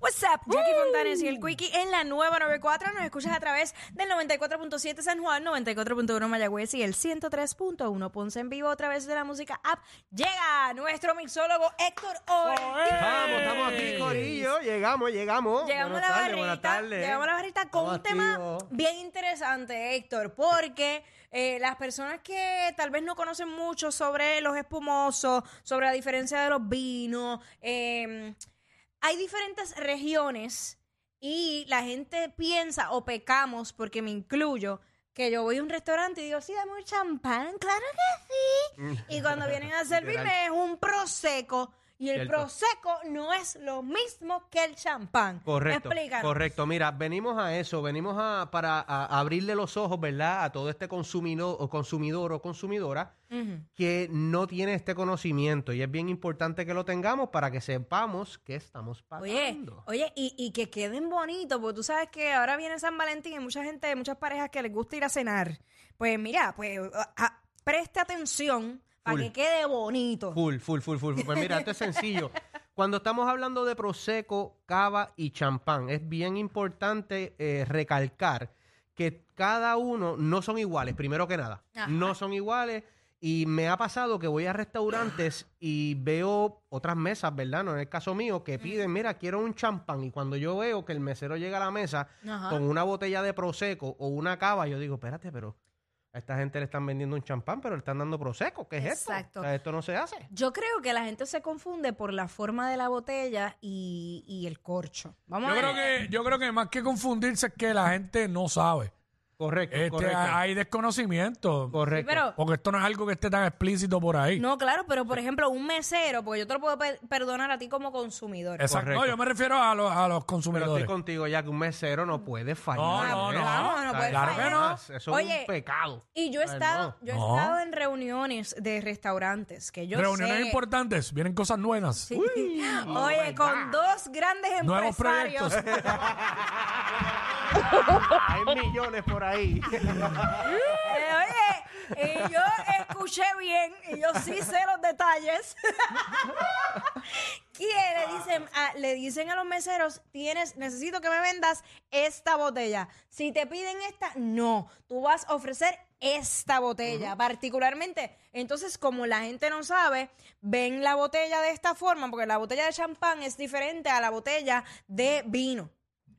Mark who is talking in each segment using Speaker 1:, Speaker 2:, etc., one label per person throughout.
Speaker 1: WhatsApp. Jackie Fontanes y el Quickie en la nueva 94. Nos escuchas a través del 94.7 San Juan, 94.1 Mayagüez y el 103.1 Ponce en vivo a través de la música app. Llega nuestro mixólogo Héctor Ortiz.
Speaker 2: Estamos, estamos aquí, Corillo. Llegamos, llegamos.
Speaker 1: Llegamos a la
Speaker 2: Buenas tardes,
Speaker 1: barrita.
Speaker 2: buenas tardes.
Speaker 1: Llegamos a la barrita con
Speaker 2: Estamos
Speaker 1: un tema
Speaker 2: activos.
Speaker 1: bien interesante, Héctor, porque eh, las personas que tal vez no conocen mucho sobre los espumosos, sobre la diferencia de los vinos, eh, hay diferentes regiones y la gente piensa o pecamos, porque me incluyo, que yo voy a un restaurante y digo, sí, dame un champán, claro que sí. Y cuando vienen a servirme es un prosecco. Y el
Speaker 2: Cierto.
Speaker 1: prosecco no es lo mismo que el champán.
Speaker 2: Correcto,
Speaker 1: Explícanos.
Speaker 2: correcto. Mira, venimos a eso, venimos a para a abrirle los ojos, ¿verdad? A todo este consumidor o consumidor o consumidora
Speaker 1: Ujú.
Speaker 2: que no tiene este conocimiento y es bien importante que lo tengamos para que sepamos que estamos
Speaker 1: Oye,
Speaker 2: pagando.
Speaker 1: oye, y, y que queden bonitos, porque tú sabes que ahora viene San Valentín y mucha gente, muchas parejas que les gusta ir a cenar. Pues mira, pues a- a- presta atención para
Speaker 2: Full.
Speaker 1: que quede bonito.
Speaker 2: Full, full, full, full. full. Pues mira, esto es sencillo. Cuando estamos hablando de prosecco, cava y champán, es bien importante eh, recalcar que cada uno no son iguales, primero que nada.
Speaker 1: Ajá.
Speaker 2: No son iguales. Y me ha pasado que voy a restaurantes y veo otras mesas, ¿verdad? No en el caso mío, que piden, mira, quiero un champán. Y cuando yo veo que el mesero llega a la mesa
Speaker 1: Ajá.
Speaker 2: con una botella de prosecco o una cava, yo digo, espérate, pero a esta gente le están vendiendo un champán, pero le están dando prosecco. ¿Qué es esto?
Speaker 1: Exacto.
Speaker 2: O sea, esto no se hace.
Speaker 1: Yo creo que la gente se confunde por la forma de la botella y, y el corcho. Vamos
Speaker 3: Yo
Speaker 1: a
Speaker 3: creo, que, yo creo que más que confundirse es que la gente no sabe.
Speaker 2: Correcto,
Speaker 3: Este,
Speaker 2: correcto.
Speaker 3: Hay desconocimiento.
Speaker 2: correcto.
Speaker 1: Pero,
Speaker 3: Porque esto no es algo que esté tan explícito por ahí.
Speaker 1: no, claro, pero por ejemplo, un mesero, porque yo te lo puedo per- perdonar a ti como consumidor.
Speaker 3: Exacto.
Speaker 2: Correcto.
Speaker 3: No, yo me refiero a los, a los
Speaker 2: Pero estoy
Speaker 3: consumidores.
Speaker 2: contigo ya que un mesero no puede fallar.
Speaker 3: no,
Speaker 2: ¿eh?
Speaker 3: no.
Speaker 1: Vamos, no puede
Speaker 2: Claro
Speaker 3: fallar.
Speaker 2: que no. Eso es
Speaker 1: Oye,
Speaker 2: un pecado.
Speaker 1: Y yo he
Speaker 2: Ay,
Speaker 1: estado,
Speaker 2: no.
Speaker 1: yo he
Speaker 3: No.
Speaker 1: estado en reuniones de restaurantes que yo
Speaker 3: Reuniones
Speaker 1: sé.
Speaker 3: importantes, vienen cosas nuevas.
Speaker 1: Sí. Oye, con dos grandes
Speaker 3: Nuevos
Speaker 1: empresarios.
Speaker 3: proyectos.
Speaker 2: Hay millones por ahí.
Speaker 1: Eh, oye, y yo escuché bien y yo sí sé los detalles. que le dicen, a, le dicen a los meseros, tienes, necesito que me vendas esta botella. Si te piden esta, no, tú vas a ofrecer esta botella, particularmente. Entonces, como la gente no sabe, ven la botella de esta forma, porque la botella de champán es diferente a la botella de vino.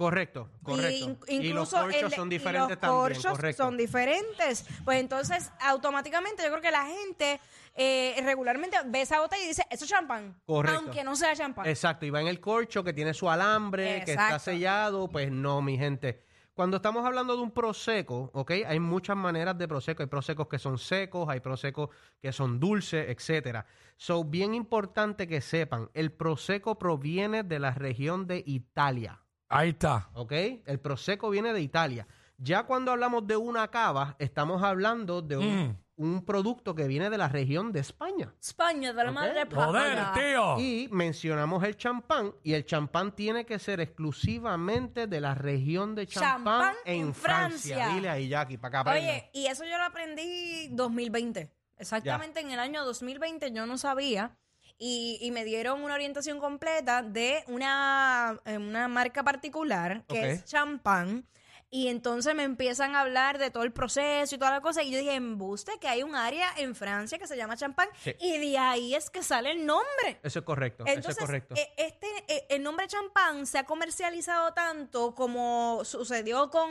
Speaker 2: correcto, correcto.
Speaker 1: Y, in-
Speaker 2: los
Speaker 1: incluso
Speaker 2: corchos
Speaker 1: el-
Speaker 2: son
Speaker 1: y
Speaker 2: diferentes
Speaker 1: los
Speaker 2: también.
Speaker 1: corchos
Speaker 2: Correcto.
Speaker 1: son diferentes. Pues entonces, automáticamente, yo creo que la gente eh, regularmente ve esa botella y dice, eso es champán.
Speaker 2: Correcto.
Speaker 1: Aunque no sea champán.
Speaker 2: Exacto, y va en el corcho que tiene su alambre, que está
Speaker 1: Exacto.
Speaker 2: sellado. Pues no, mi gente. Cuando estamos hablando de un proseco, ¿ok? Hay muchas maneras de proseco. Hay prosecos que son secos, hay prosecos que son dulces, etcétera. So, bien importante que sepan, el proseco proviene de la región de Italia.
Speaker 3: Ahí está.
Speaker 2: ¿ok? El Prosecco viene de Italia. Ya cuando hablamos de una cava, estamos hablando de un,
Speaker 3: Mm.
Speaker 2: un producto que viene de la región de España.
Speaker 1: España, de la
Speaker 2: Ok.
Speaker 1: madre patria.
Speaker 3: Joder, tío.
Speaker 2: Y mencionamos el champán, y el champán tiene que ser exclusivamente de la región de champán,
Speaker 1: Champán en
Speaker 2: en Francia.
Speaker 1: Francia.
Speaker 2: Dile ahí, Jackie, para acá.
Speaker 1: Oye, y eso yo lo aprendí 2020. Exactamente en el año 2020 yo no sabía. Y, y me dieron una orientación completa de una, eh, una marca particular que
Speaker 2: Ok.
Speaker 1: es champán. Y entonces me empiezan a hablar de todo el proceso y toda la cosa. Y yo dije, embuste, que hay un área en Francia que se llama champán.
Speaker 2: Sí.
Speaker 1: Y de ahí es que sale el nombre.
Speaker 2: Eso es correcto,
Speaker 1: Entonces,
Speaker 2: eso es correcto.
Speaker 1: eh, este, eh, el nombre champán se ha comercializado tanto como sucedió con,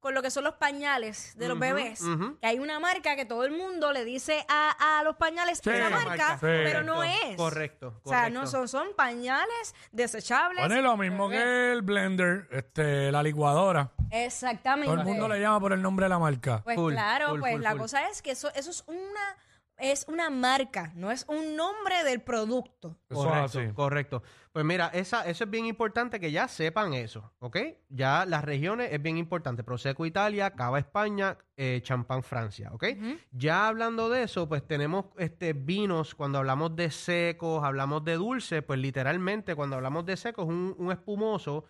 Speaker 1: con lo que son los pañales de los
Speaker 2: Ujú,
Speaker 1: bebés.
Speaker 2: ujú.
Speaker 1: Que hay una marca que todo el mundo le dice a, a los pañales
Speaker 3: Sí,
Speaker 1: una
Speaker 3: esa
Speaker 1: marca,
Speaker 3: marca, sí.
Speaker 1: pero no es.
Speaker 2: Correcto, correcto.
Speaker 1: O sea, no son, son pañales desechables.
Speaker 3: Bueno, y lo mismo que el blender, este, la licuadora.
Speaker 1: Exactamente.
Speaker 3: Todo el mundo le llama por el nombre de la marca.
Speaker 1: Pues
Speaker 2: Full,
Speaker 1: claro,
Speaker 2: full,
Speaker 1: pues
Speaker 2: full,
Speaker 1: la
Speaker 2: full.
Speaker 1: cosa es que eso, eso es una, es una marca, no es un nombre del producto.
Speaker 3: Eso es
Speaker 2: Correcto,
Speaker 3: así.
Speaker 2: correcto. Pues mira, esa, eso es bien importante que ya sepan eso, ¿ok? Ya las regiones es bien importante. Prosecco Italia, Cava España, eh, Champán Francia, ¿ok? Ya hablando de eso, pues tenemos este vinos, cuando hablamos de secos, hablamos de dulce, pues literalmente cuando hablamos de secos es un, un espumoso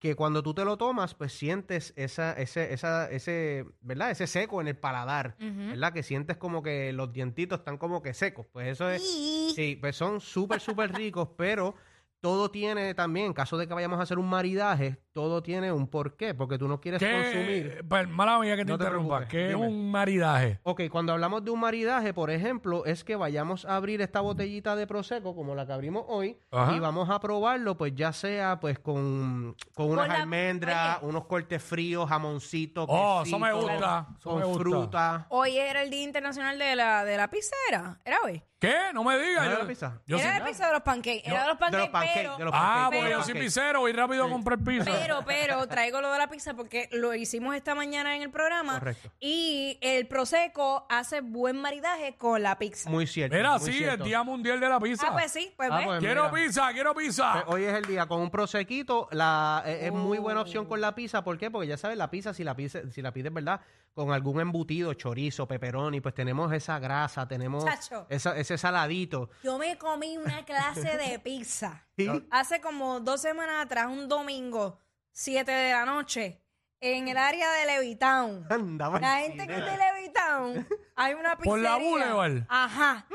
Speaker 2: que cuando tú te lo tomas, pues sientes esa, ese, esa, ese, ¿verdad? Ese seco en el paladar,
Speaker 1: Ujú.
Speaker 2: ¿verdad? Que sientes como que los dientitos están como que secos. Pues eso es...
Speaker 1: Y-
Speaker 2: Sí, pues son súper, súper ricos, pero todo tiene también, en caso de que vayamos a hacer un maridaje, todo tiene un porqué, porque tú no quieres consumir.
Speaker 3: ¿Qué, pues, mala mía que te
Speaker 2: No te
Speaker 3: interrumpa.
Speaker 2: preocupes,
Speaker 3: ¿Qué es
Speaker 2: dime.
Speaker 3: un maridaje?
Speaker 2: Ok, cuando hablamos de un maridaje, por ejemplo, es que vayamos a abrir esta botellita de Prosecco, como la que abrimos hoy,
Speaker 3: Ajá.
Speaker 2: y vamos a probarlo, pues ya sea pues con, con unas
Speaker 1: la-
Speaker 2: almendras, unos cortes fríos, jamoncito,
Speaker 3: Oh, eso me
Speaker 2: quesito,
Speaker 3: gusta, eso
Speaker 2: con
Speaker 3: me gusta.
Speaker 2: fruta.
Speaker 1: Hoy era el Día Internacional de la, de la Pizzera. Era hoy.
Speaker 3: ¿Qué? No me digas.
Speaker 2: ¿No era
Speaker 3: yo-
Speaker 2: la pizza?
Speaker 3: yo
Speaker 1: era
Speaker 3: sí-
Speaker 1: la pizza de los pancakes. Era de los
Speaker 2: de
Speaker 1: pancakes,
Speaker 2: los pancakes,
Speaker 1: pero,
Speaker 2: de los
Speaker 3: Ah,
Speaker 2: pancakes,
Speaker 3: pues
Speaker 2: de
Speaker 3: yo
Speaker 2: los
Speaker 3: soy
Speaker 2: pancakes.
Speaker 3: pizzero, voy rápido a comprar pizza.
Speaker 1: pero, pero traigo lo de la pizza porque lo hicimos esta mañana en el programa.
Speaker 2: Correcto.
Speaker 1: Y el Prosecco hace buen maridaje con la pizza.
Speaker 2: Muy cierto.
Speaker 3: Era
Speaker 2: muy
Speaker 3: así, el
Speaker 2: cierto.
Speaker 3: Día Mundial de la Pizza.
Speaker 1: ah, pues sí, pues
Speaker 2: Ah,
Speaker 1: ve.
Speaker 2: pues
Speaker 3: Quiero
Speaker 2: mira.
Speaker 3: pizza, quiero pizza.
Speaker 2: Pues Hoy es el día con un prosequito, la, eh, es muy
Speaker 1: Oh.
Speaker 2: buena opción con la pizza, ¿por qué? Porque ya sabes, la pizza si la pizza, si la pides, ¿verdad? Con algún embutido, chorizo, peperoni, pues tenemos esa grasa, tenemos
Speaker 1: Chacho.
Speaker 2: esa- ese saladito.
Speaker 1: Yo me comí una clase de pizza.
Speaker 2: ¿Sí?
Speaker 1: Hace como dos semanas atrás, un domingo, 7 de la noche, en el área de Levitown.
Speaker 2: Anda,
Speaker 1: La gente que es de Levitown, hay una pizzería.
Speaker 3: Por la Boulevard.
Speaker 1: Ajá.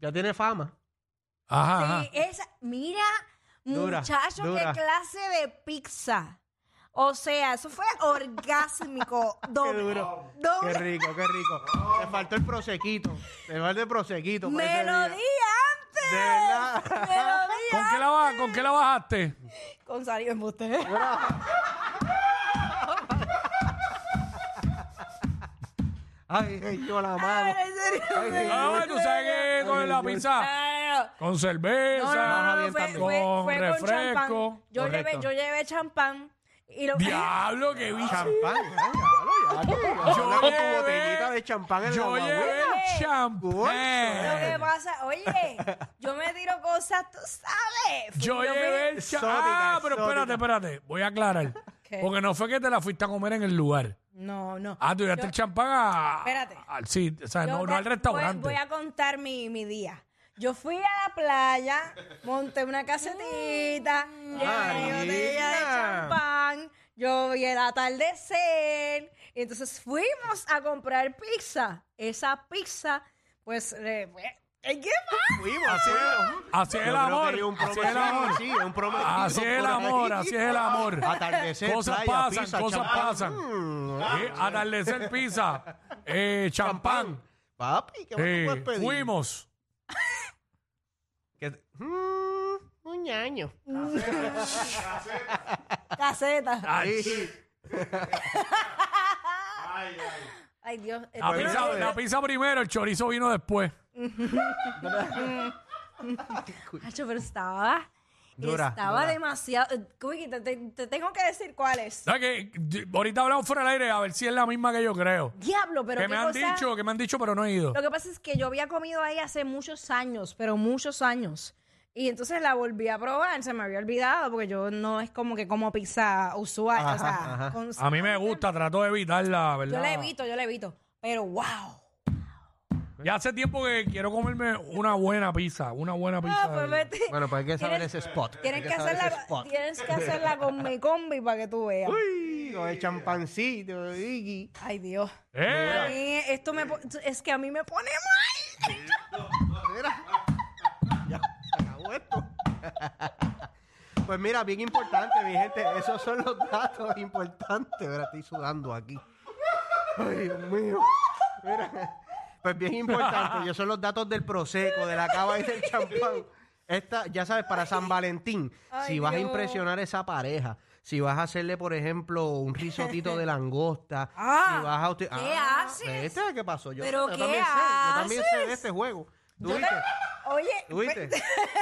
Speaker 2: ya tiene fama.
Speaker 3: Ajá, ajá.
Speaker 1: Sí, esa- mira,
Speaker 2: Dura,
Speaker 1: muchacho,
Speaker 2: dura.
Speaker 1: qué clase de pizza. O sea, eso fue orgásmico.
Speaker 2: Qué
Speaker 1: doble-
Speaker 2: duro. Qué
Speaker 1: doble-
Speaker 2: rico, qué rico. Te faltó el prosequito. Te falta el prosequito. para ese día.
Speaker 1: Melodía antes.
Speaker 2: De verdad.
Speaker 1: Melodía.
Speaker 3: ¿Con qué, la, ba- ¿Con qué la bajaste?
Speaker 1: Con salió en usted.
Speaker 2: Ay, ay, yo la mano.
Speaker 1: en serio. me-
Speaker 3: Ah, bueno, tú sabes que con la
Speaker 2: Dios.
Speaker 3: pizza,
Speaker 1: Ah,
Speaker 3: con
Speaker 1: No, no, no,
Speaker 3: cerveza.
Speaker 1: no,
Speaker 2: bien
Speaker 1: fue,
Speaker 2: también.
Speaker 1: fue-
Speaker 3: Con
Speaker 1: fue con champán.
Speaker 3: refresco.
Speaker 1: Yo llevé,
Speaker 2: Correcto.
Speaker 1: yo llevé champán y lo
Speaker 3: Diablo, qué bicho.
Speaker 2: Champán,
Speaker 3: Yo
Speaker 2: Yo con tu
Speaker 3: llevé-
Speaker 2: botellita de champán en
Speaker 3: Yo
Speaker 2: la guagua.
Speaker 3: llevé el
Speaker 1: Lo que
Speaker 3: champán.
Speaker 1: pasa, oye, yo me tiro cosas, tú sabes. Fui-
Speaker 3: Yo
Speaker 1: fui-
Speaker 3: llevé el champán.
Speaker 2: Exótica,
Speaker 3: Ah, pero espérate, espérate. Voy a aclarar.
Speaker 1: ¿Qué?
Speaker 3: Porque no fue que te la fuiste a comer en el lugar.
Speaker 1: No, no.
Speaker 3: Ah, tú llevaste el champán a...
Speaker 1: Espérate.
Speaker 3: Al, sí, o sea,
Speaker 1: Yo
Speaker 3: Ah, no,
Speaker 1: te-
Speaker 3: no al restaurante.
Speaker 1: Voy, voy a contar mi, mi día. Yo fui a la playa, monté una casetita,
Speaker 3: Mm. Ah,
Speaker 1: llevé
Speaker 2: María.
Speaker 1: botella de champán, yo vi el atardecer. Y entonces fuimos a comprar pizza. Esa pizza, pues, eh, ¿en qué más?
Speaker 2: Fuimos, fuimos.
Speaker 3: Así es el
Speaker 2: Yo creo que
Speaker 3: amor.
Speaker 2: hay un
Speaker 3: Así es el
Speaker 2: prometido,
Speaker 3: amor.
Speaker 2: sí, un prometido
Speaker 3: Así es el
Speaker 2: por ahí.
Speaker 3: amor, así es el amor.
Speaker 2: Atardecer,
Speaker 3: Cosas
Speaker 2: playa,
Speaker 3: pasan,
Speaker 2: pizza,
Speaker 3: cosas
Speaker 2: champán.
Speaker 3: pasan.
Speaker 2: Mm,
Speaker 3: Eh, atardecer pizza, eh, champán.
Speaker 2: champán. Papi, ¿qué más
Speaker 3: Eh,
Speaker 2: tú puedes pedir?
Speaker 3: fuimos.
Speaker 2: Que- Mm, un ñaño.
Speaker 1: Caseta.
Speaker 3: Ay,
Speaker 2: Ah, Sí.
Speaker 1: Ay, Dios.
Speaker 3: la,
Speaker 1: esto-
Speaker 3: pizza, la pizza primero, el chorizo vino después.
Speaker 1: Nacho, pero estaba.
Speaker 2: Dura,
Speaker 1: estaba
Speaker 2: dura.
Speaker 1: demasiado. eh, Quickie, te, te- te tengo que decir cuál es.
Speaker 3: ¿Sabes qué? D- Ahorita hablamos fuera del aire a ver si es la misma que yo creo.
Speaker 1: Diablo, pero
Speaker 3: Que
Speaker 1: qué
Speaker 3: me han
Speaker 1: cosa-
Speaker 3: dicho, que me han dicho, pero no he ido.
Speaker 1: Lo que pasa es que yo había comido ahí hace muchos años, pero muchos años. Y entonces la volví a probar, se me había olvidado, porque yo no es como que como pizza usual. o
Speaker 2: Ajá,
Speaker 1: sea,
Speaker 2: ajá. Ah,
Speaker 1: con-
Speaker 3: A mí me gusta, trato de evitarla, ¿verdad?
Speaker 1: Yo la evito, yo la evito. Pero wow.
Speaker 3: Ya hace tiempo que quiero comerme una buena pizza, una buena pizza.
Speaker 1: Ah, pues
Speaker 3: de-
Speaker 1: vete.
Speaker 2: Bueno, pues hay que saber
Speaker 1: Tienes-
Speaker 2: ese spot.
Speaker 1: Tienes
Speaker 2: Hay
Speaker 1: que,
Speaker 2: saber ese
Speaker 1: hacerla,
Speaker 2: spot.
Speaker 1: tienes que hacerla con mi combi para que tú veas.
Speaker 2: Uy, con el champancito, Iggy.
Speaker 1: Ay, Dios.
Speaker 3: ¡Eh!
Speaker 1: A mí esto me po- es que a mí me pone mal.
Speaker 2: Mira. Ya, se acabó esto. Pues mira, bien importante, mi gente. Esos son los datos importantes. Mira, estoy sudando aquí. Ay, Dios mío. Mira. Pues bien importante. Ellos son los datos del proseco, de la cava y del champán. Esta, ya sabes, para San Valentín,
Speaker 1: Ay,
Speaker 2: si vas a
Speaker 1: Dios.
Speaker 2: impresionar a esa pareja, si vas a hacerle, por ejemplo, un risotito de langosta,
Speaker 1: Ah,
Speaker 2: si vas a... uti-
Speaker 1: ¿qué haces?
Speaker 2: ¿viste qué pasó? Yo,
Speaker 1: ¿Pero
Speaker 2: yo
Speaker 1: qué
Speaker 2: también sé, yo también sé de
Speaker 1: haces?
Speaker 2: este juego. ¿Tú
Speaker 1: Yo
Speaker 2: viste?
Speaker 1: te- Oye,
Speaker 2: ¿Tú viste?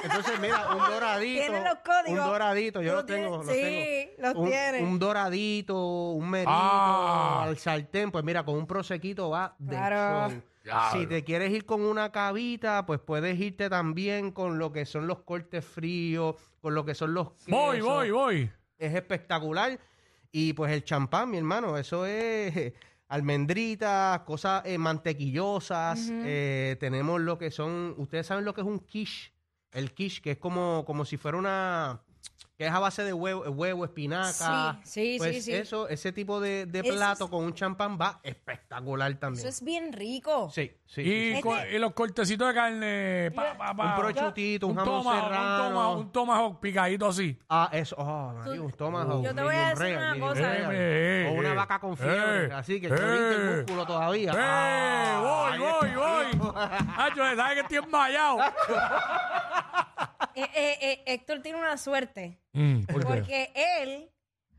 Speaker 2: Entonces, mira, un doradito.
Speaker 1: Pues, Tiene los códigos.
Speaker 2: Un doradito, yo
Speaker 1: Los
Speaker 2: los tengo.
Speaker 1: tiene-
Speaker 2: Los
Speaker 1: sí,
Speaker 2: tengo.
Speaker 1: los
Speaker 2: un,
Speaker 1: tiene.
Speaker 2: Un doradito, un merito,
Speaker 3: Ah.
Speaker 2: al sartén. Pues mira, con un prosequito va de
Speaker 1: Claro.
Speaker 2: show.
Speaker 3: Diablo.
Speaker 2: Si te quieres ir con una cavita, pues puedes irte también con lo que son los cortes fríos, con lo que son los
Speaker 3: Voy,
Speaker 2: quesos.
Speaker 3: voy, voy.
Speaker 2: Es espectacular. Y pues el champán, mi hermano, eso es almendritas, cosas eh, mantequillosas. Eh, tenemos lo que son, ustedes saben lo que es un quiche. El quiche, que es como, como si fuera una, que es a base de huevo, huevo espinaca.
Speaker 1: Sí, sí,
Speaker 2: Pues
Speaker 1: sí, sí.
Speaker 2: Eso, ese tipo de, de
Speaker 1: Eso es-
Speaker 2: plato con un champán va espectacular también.
Speaker 1: Eso es bien rico.
Speaker 2: Sí, sí. sí,
Speaker 3: Y,
Speaker 2: sí.
Speaker 3: co- y los cortecitos de carne. pa, pa, pa.
Speaker 2: Un brochutito, un jamón
Speaker 3: tomahawk,
Speaker 2: serrano.
Speaker 3: Un tomahawk, un tomahawk picadito así.
Speaker 2: Ah, eso. Oh, María, un tomahawk,
Speaker 1: Yo te
Speaker 2: ni
Speaker 1: voy a
Speaker 2: un
Speaker 1: decir
Speaker 2: rey,
Speaker 1: una
Speaker 2: ni un
Speaker 1: cosa.
Speaker 2: rey.
Speaker 3: Eh, eh,
Speaker 2: o una
Speaker 3: eh,
Speaker 2: vaca con fiebre.
Speaker 3: eh,
Speaker 2: así que
Speaker 3: eh.
Speaker 2: yo el músculo todavía.
Speaker 3: ¡Eh!
Speaker 2: Ah,
Speaker 3: Voy,
Speaker 2: ahí
Speaker 3: voy,
Speaker 2: está.
Speaker 3: voy. Hacho, ¿sabes que estoy enmayado?
Speaker 1: Eh, eh, eh, Héctor tiene una suerte.
Speaker 3: Mm, ¿por qué?
Speaker 1: Porque él,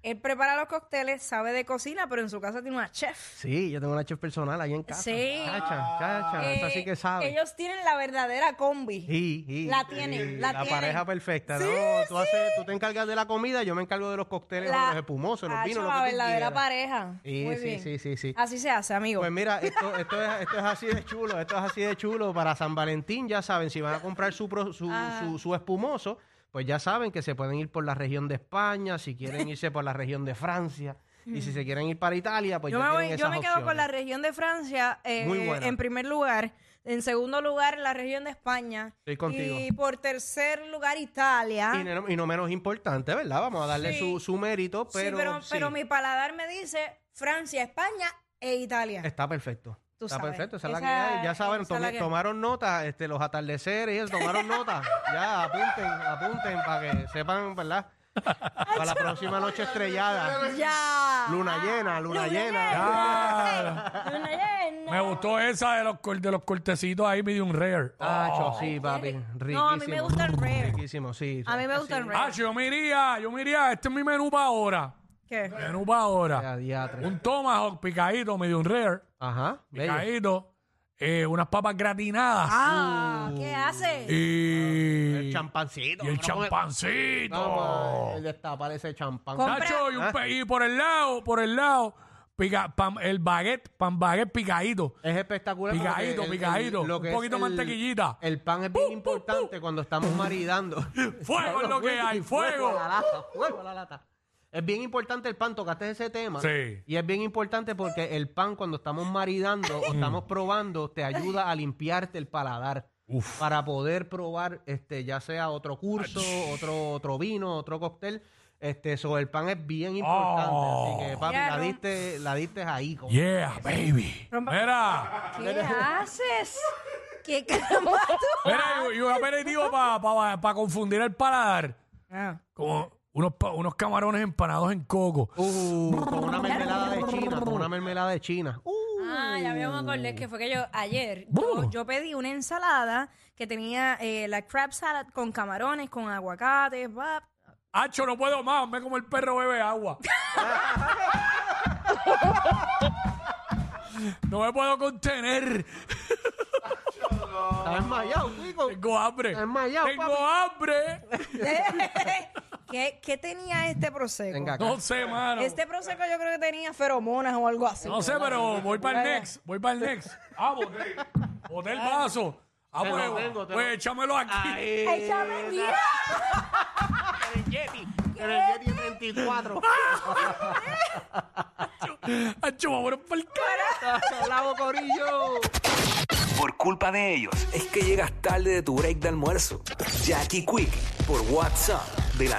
Speaker 1: él prepara los cócteles, sabe de cocina, pero en su casa tiene una chef.
Speaker 2: Sí, yo tengo una chef personal ahí en casa.
Speaker 1: Sí.
Speaker 2: Chacha, chacha.
Speaker 1: Eh,
Speaker 2: esa Ah, sí que sabe.
Speaker 1: Ellos tienen la verdadera combi.
Speaker 2: Sí, sí,
Speaker 1: La tienen,
Speaker 2: sí,
Speaker 1: la tienen.
Speaker 2: pareja perfecta. no, tú, haces, tú te encargas de la comida, yo me encargo de los cócteles,
Speaker 1: La-
Speaker 2: los espumosos, los
Speaker 1: Ah,
Speaker 2: vinos,
Speaker 1: eso,
Speaker 2: lo
Speaker 1: la
Speaker 2: que tú
Speaker 1: verdadera
Speaker 2: quieras.
Speaker 1: pareja.
Speaker 2: Sí,
Speaker 1: Muy
Speaker 2: sí,
Speaker 1: bien.
Speaker 2: sí, sí, sí.
Speaker 1: Así se hace, amigo.
Speaker 2: Pues mira, esto, esto, es, esto es así de chulo, esto es así de chulo. Para San Valentín, ya saben, si van a comprar su, pro- su,
Speaker 1: Ah.
Speaker 2: su, su espumoso, pues ya saben que se pueden ir por la región de España, si quieren irse por la región de Francia, y si se quieren ir para Italia, pues
Speaker 1: Mm. yo
Speaker 2: ya
Speaker 1: me, voy-
Speaker 2: tienen
Speaker 1: yo
Speaker 2: esas
Speaker 1: me quedo con la
Speaker 2: opciones.
Speaker 1: región de Francia eh,
Speaker 2: Muy buena.
Speaker 1: en primer lugar. En segundo lugar, la región de España.
Speaker 2: Estoy contigo.
Speaker 1: Y por tercer lugar, Italia.
Speaker 2: Y no, y no menos importante, ¿verdad? Vamos a darle
Speaker 1: Sí.
Speaker 2: su, su mérito,
Speaker 1: Sí,
Speaker 2: pero,
Speaker 1: pero,
Speaker 2: sí,
Speaker 1: pero mi paladar me dice Francia, España e Italia.
Speaker 2: está perfecto.
Speaker 1: Tú
Speaker 2: está
Speaker 1: sabes.
Speaker 2: perfecto, esa es la que
Speaker 1: Esa-
Speaker 2: hay. Ya saben,
Speaker 1: esa es la
Speaker 2: tomi-
Speaker 1: que-
Speaker 2: tomaron nota, este, los atardeceres, y eso, tomaron nota. Ya, apunten, apunten para que sepan, ¿verdad? Para la próxima noche estrellada.
Speaker 1: Ya. Ah,
Speaker 2: Luna llena, luna llena.
Speaker 1: llena. Luna llena.
Speaker 3: Me gustó esa de los, cor- de los cortecitos ahí, medium rare.
Speaker 2: Ah, Tacho, sí, papi. Riquísimo.
Speaker 1: No, a mí me gusta el rare.
Speaker 2: Riquísimo, sí.
Speaker 1: A mí me gusta el
Speaker 3: Ah,
Speaker 1: rare.
Speaker 3: yo me iría, yo me iría. Este es mi menú para ahora.
Speaker 2: Ah,
Speaker 1: ¿Qué?
Speaker 3: Menú para ahora.
Speaker 2: Ya, diatre.
Speaker 3: Un tomahawk picadito, medium rare.
Speaker 2: Ajá, bello.
Speaker 3: Picadito. eh, unas papas gratinadas.
Speaker 1: Ah, ¿qué
Speaker 2: Uh.
Speaker 1: hace?
Speaker 2: El
Speaker 3: y,
Speaker 2: champancito.
Speaker 3: y el
Speaker 2: vamos a-
Speaker 3: champancito.
Speaker 2: Vamos a destapar ese champán.
Speaker 1: Con-
Speaker 3: Nacho, y, un pe- y por el lado, por el lado, pica- pan- el baguette, pan baguette picadito.
Speaker 2: Es espectacular. porque
Speaker 3: Picadito, picadito,
Speaker 2: lo
Speaker 3: un
Speaker 2: que
Speaker 3: poquito
Speaker 2: es
Speaker 3: mantequillita.
Speaker 2: El pan es bien importante cuando estamos maridando.
Speaker 3: Fuego es lo que hay, fuego.
Speaker 2: a la lata, fuego a la lata. Es bien importante el pan, tocaste ese tema.
Speaker 3: Sí.
Speaker 2: Y es bien importante porque el pan cuando estamos maridando
Speaker 3: Mm.
Speaker 2: o estamos probando te ayuda a limpiarte el paladar.
Speaker 3: Uf.
Speaker 2: Para poder probar este ya sea otro curso, otro otro vino, otro cóctel. Este, sobre el pan es bien importante,
Speaker 3: Oh.
Speaker 2: así que papi,
Speaker 1: Ya,
Speaker 2: la
Speaker 1: no.
Speaker 2: diste la diste ahí como-
Speaker 3: Yeah, baby.
Speaker 1: Rompa-
Speaker 3: Mira,
Speaker 1: ¿Qué haces? ¿Qué caramba tú?
Speaker 3: mira, y, y un aperitivo para confundir el paladar.
Speaker 1: Ah.
Speaker 3: Como unos, pa- unos camarones empanados en coco.
Speaker 2: Uh, con una mermelada de China, con una mermelada de China. Uh,
Speaker 1: Ah, ya me acordé que fue que yo ayer yo, yo pedí una ensalada que tenía eh, la crab salad con camarones, con aguacate, bab.
Speaker 3: Hacho, no puedo más, me como el perro bebe agua. no me puedo contener.
Speaker 2: ¿Estás enmayado, chico?
Speaker 3: Tengo hambre.
Speaker 2: Estás enmayado,
Speaker 3: Tengo
Speaker 2: papi.
Speaker 3: hambre.
Speaker 1: ¿Qué, qué tenía este proseco?
Speaker 2: Venga acá.
Speaker 3: No sé, mano.
Speaker 1: Este proseco yo creo que tenía feromonas o algo así.
Speaker 3: No sé, pero voy para el next. Voy para el next. Ah, boté. Boté el vaso. Ah,
Speaker 2: Te lo
Speaker 3: pues,
Speaker 2: tengo, te
Speaker 3: pues
Speaker 2: lo-
Speaker 3: échamelo aquí.
Speaker 1: ¡Échame, mira!
Speaker 2: Pero el Yeti, pero el Yeti 34.
Speaker 3: Hacho, vámonos pa'l cara.
Speaker 2: ¡Bravo, Corillo!
Speaker 4: Por culpa de ellos es que llegas tarde de tu break de almuerzo. Jackie Quick por WhatsApp de la